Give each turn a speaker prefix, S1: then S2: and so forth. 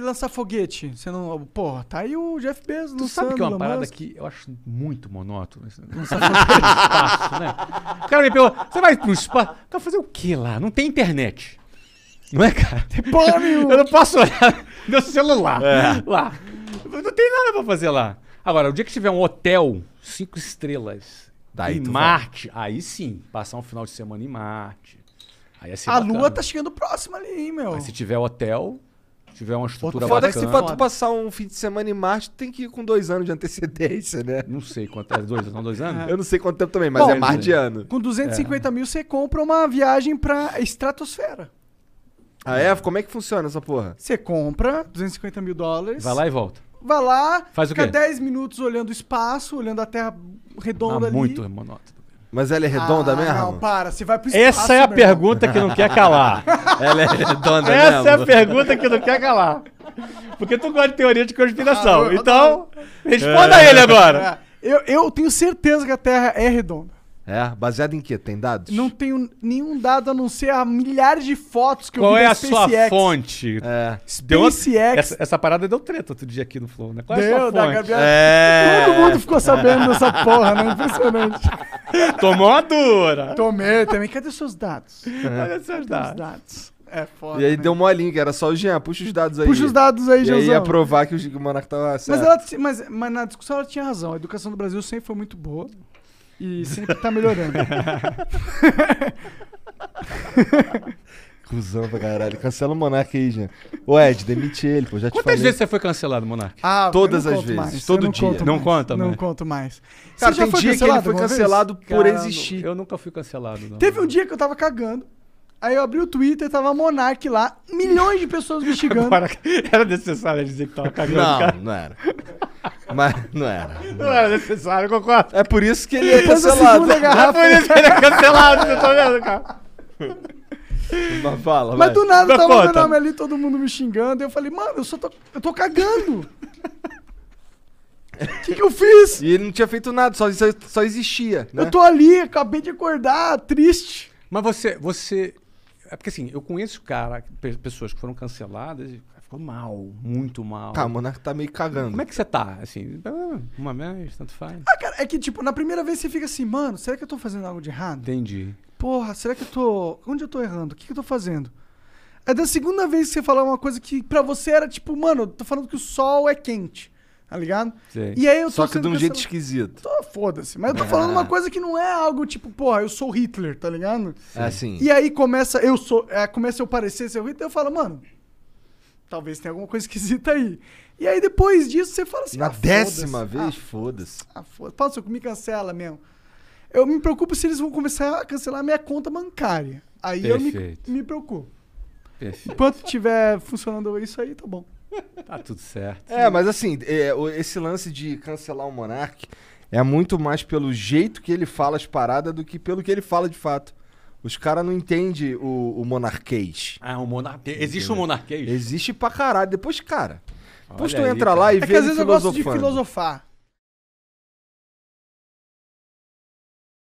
S1: lançar foguete. Você não. Porra, tá aí o Jeff Bezos
S2: Tu
S1: lançando.
S2: sabe que é uma
S1: Elon
S2: parada
S1: Musk.
S2: que eu acho muito monótono. assim, esse negócio. Lançar foguete no espaço, né? O cara me pergunta, você vai pro espaço? Cara, fazer o que lá? Não tem internet. Não é, cara?
S1: Porra, meu.
S2: Eu não posso olhar meu celular
S3: É.
S2: lá. Não tem nada pra fazer lá. Agora, o dia que tiver um hotel, cinco estrelas,
S3: Daí
S2: em
S3: tu
S2: Marte, aí sim, passar um final de semana em Marte. Aí ia ser
S1: A lua
S2: bacana.
S1: tá chegando próxima ali, hein, meu.
S2: Mas se tiver hotel, tiver uma estrutura
S1: Foda
S2: bacana...
S1: Foda é
S4: Foda que se pra tu passar um fim de semana em Marte, tem que ir com dois anos de antecedência, né?
S2: Não sei quanto é, dois, são dois anos?
S4: Eu não sei quanto tempo também, mas
S1: Bom,
S4: é martiano.
S1: Com
S2: É.
S1: 250 mil você compra uma viagem pra estratosfera.
S4: Ah, é? Como é que funciona essa porra?
S1: Você compra 250 mil dólares.
S2: Vai lá e volta.
S1: Vai lá,
S2: Faz o
S1: fica
S2: quê?
S1: 10 minutos olhando o espaço, olhando a terra redonda
S2: Ah,
S1: ali.
S2: muito monótono.
S4: Mas ela é redonda
S1: ah, Não,
S4: mesmo?
S1: para, você vai pro espaço.
S2: Essa é a
S1: meu irmão.
S2: pergunta que não quer calar.
S3: Ela é redonda
S2: Essa é a
S3: mesmo.
S2: pergunta que não quer calar. Porque tu gosta de teoria de conspiração.
S1: Ah, eu-
S2: então, responda ele agora.
S1: Eu, eu tenho certeza que a terra é redonda.
S4: É? Baseado em quê? Tem dados?
S1: Não tenho nenhum dado a não ser a milhares de fotos que
S2: Qual
S1: eu vi
S2: é
S1: da
S2: a sua
S1: SpaceX.
S2: fonte?
S4: É.
S2: Deu uma-
S1: SpaceX.
S2: Essa, essa parada deu treta outro dia aqui no Flow, né? Qual é a
S1: Deu,
S2: sua
S1: da
S2: fonte?
S1: Gabriela.
S3: É.
S1: Todo mundo ficou sabendo dessa porra, né? Impressionante.
S2: Tomou uma dura.
S1: Tomei também. Cadê seus dados?
S2: Olha só,
S1: Cadê os
S2: tá.
S1: dados? É foda.
S4: E aí
S1: né?
S4: deu um molinho, que era só o Jean. Puxa os dados aí.
S1: Puxa os dados aí,
S4: E aí É. ia
S1: Josão.
S4: provar que o Gil Monarca tava certo.
S1: Mas, ela, ti- mas, mas na discussão ela tinha razão. A educação do Brasil sempre foi muito boa. E sempre tá melhorando.
S4: Cusão pra caralho. Cancela o Monarca aí, Jean. Ô, Ed, demite ele, pô. Já te
S2: Quantas
S4: falei.
S2: vezes você foi cancelado, Monark?
S1: Ah, eu
S4: Todas
S1: não
S4: as
S1: conto
S4: vezes,
S1: mais, eu
S4: todo
S1: não
S4: dia.
S1: Conto
S2: Não
S1: mais,
S2: conta
S1: Não
S2: mais.
S1: conto mais.
S4: Cara,
S1: Você já
S4: tem dia que ele
S1: cancelado
S4: foi
S1: alguma vez?
S4: cancelado por
S1: Cara,
S4: existir.
S2: Eu nunca fui cancelado, não.
S1: Teve um dia que eu tava cagando. Aí eu abri o Twitter, tava Monark lá, milhões de pessoas me xingando.
S2: Agora, era necessário dizer que tava cagando,
S4: Não,
S2: cara.
S4: não era. Mas não era.
S2: Não era necessário, eu concordo.
S4: É por isso que ele é
S1: Depois da
S4: cancelado.
S1: segunda garrafa.
S2: Por isso que ele é cancelado, você tá vendo, cara?
S4: Mas fala,
S1: Mas
S4: vai.
S1: do nada
S2: Mas
S1: tava meu
S2: conta.
S1: nome ali, todo mundo me xingando. Eu falei, mano, eu só tô. Eu tô cagando. O que, que eu fiz?
S4: E ele não tinha feito nada, só, só- só existia. Né?
S1: Eu tô ali, acabei de acordar, triste.
S2: Mas você, você. É porque assim, eu conheço cara, pe- pessoas que foram canceladas e cara, ficou mal, muito mal.
S4: Tá, o Monarca tá meio cagando.
S2: Como é que você tá? Assim, ah, uma vez, tanto faz.
S1: Ah, cara, é que, tipo, na primeira vez você fica assim, mano, será que eu tô fazendo algo de errado?
S2: Entendi.
S1: Porra, será que eu tô. Onde eu tô errando? O que, que eu tô fazendo? É da segunda vez que você falar uma coisa que pra você era tipo, mano, eu tô falando que o sol é quente, tá ligado?
S2: Sei.
S1: E aí eu tô
S4: Só que
S1: sendo
S4: de um jeito
S1: cancelado.
S4: esquisito.
S1: Tô, foda-se. Mas eu tô falando uma coisa que não é algo tipo, porra, eu sou Hitler, tá ligado?
S4: É assim.
S1: E aí começa, eu sou. é, começa eu parecer ser o Hitler, eu falo, mano, talvez tenha alguma coisa esquisita aí. E aí depois disso você fala assim,
S4: Na
S1: ah,
S4: décima
S1: foda-se.
S4: vez, foda-se.
S1: Ah, foda Passa, me cancela mesmo. Eu me preocupo se eles vão começar a cancelar minha conta bancária. Aí
S2: Perfeito.
S1: eu me, me preocupo.
S2: Perfeito.
S1: Enquanto tiver funcionando isso aí, tá bom.
S2: Tá tudo certo.
S4: É, mas assim, é, o- esse lance de cancelar o Monark é muito mais pelo jeito que ele fala as paradas do que pelo que ele fala de fato. Os caras não entendem o, o monarquês.
S2: Ah, um monarquês. Existe um monarquês?
S4: Existe pra caralho. Depois, cara, depois
S2: Olha
S4: tu
S2: aí,
S4: entra
S2: cara.
S4: lá e
S1: É
S4: vê
S1: que às
S4: ele
S1: vezes eu gosto de
S4: filosofando.
S1: filosofar.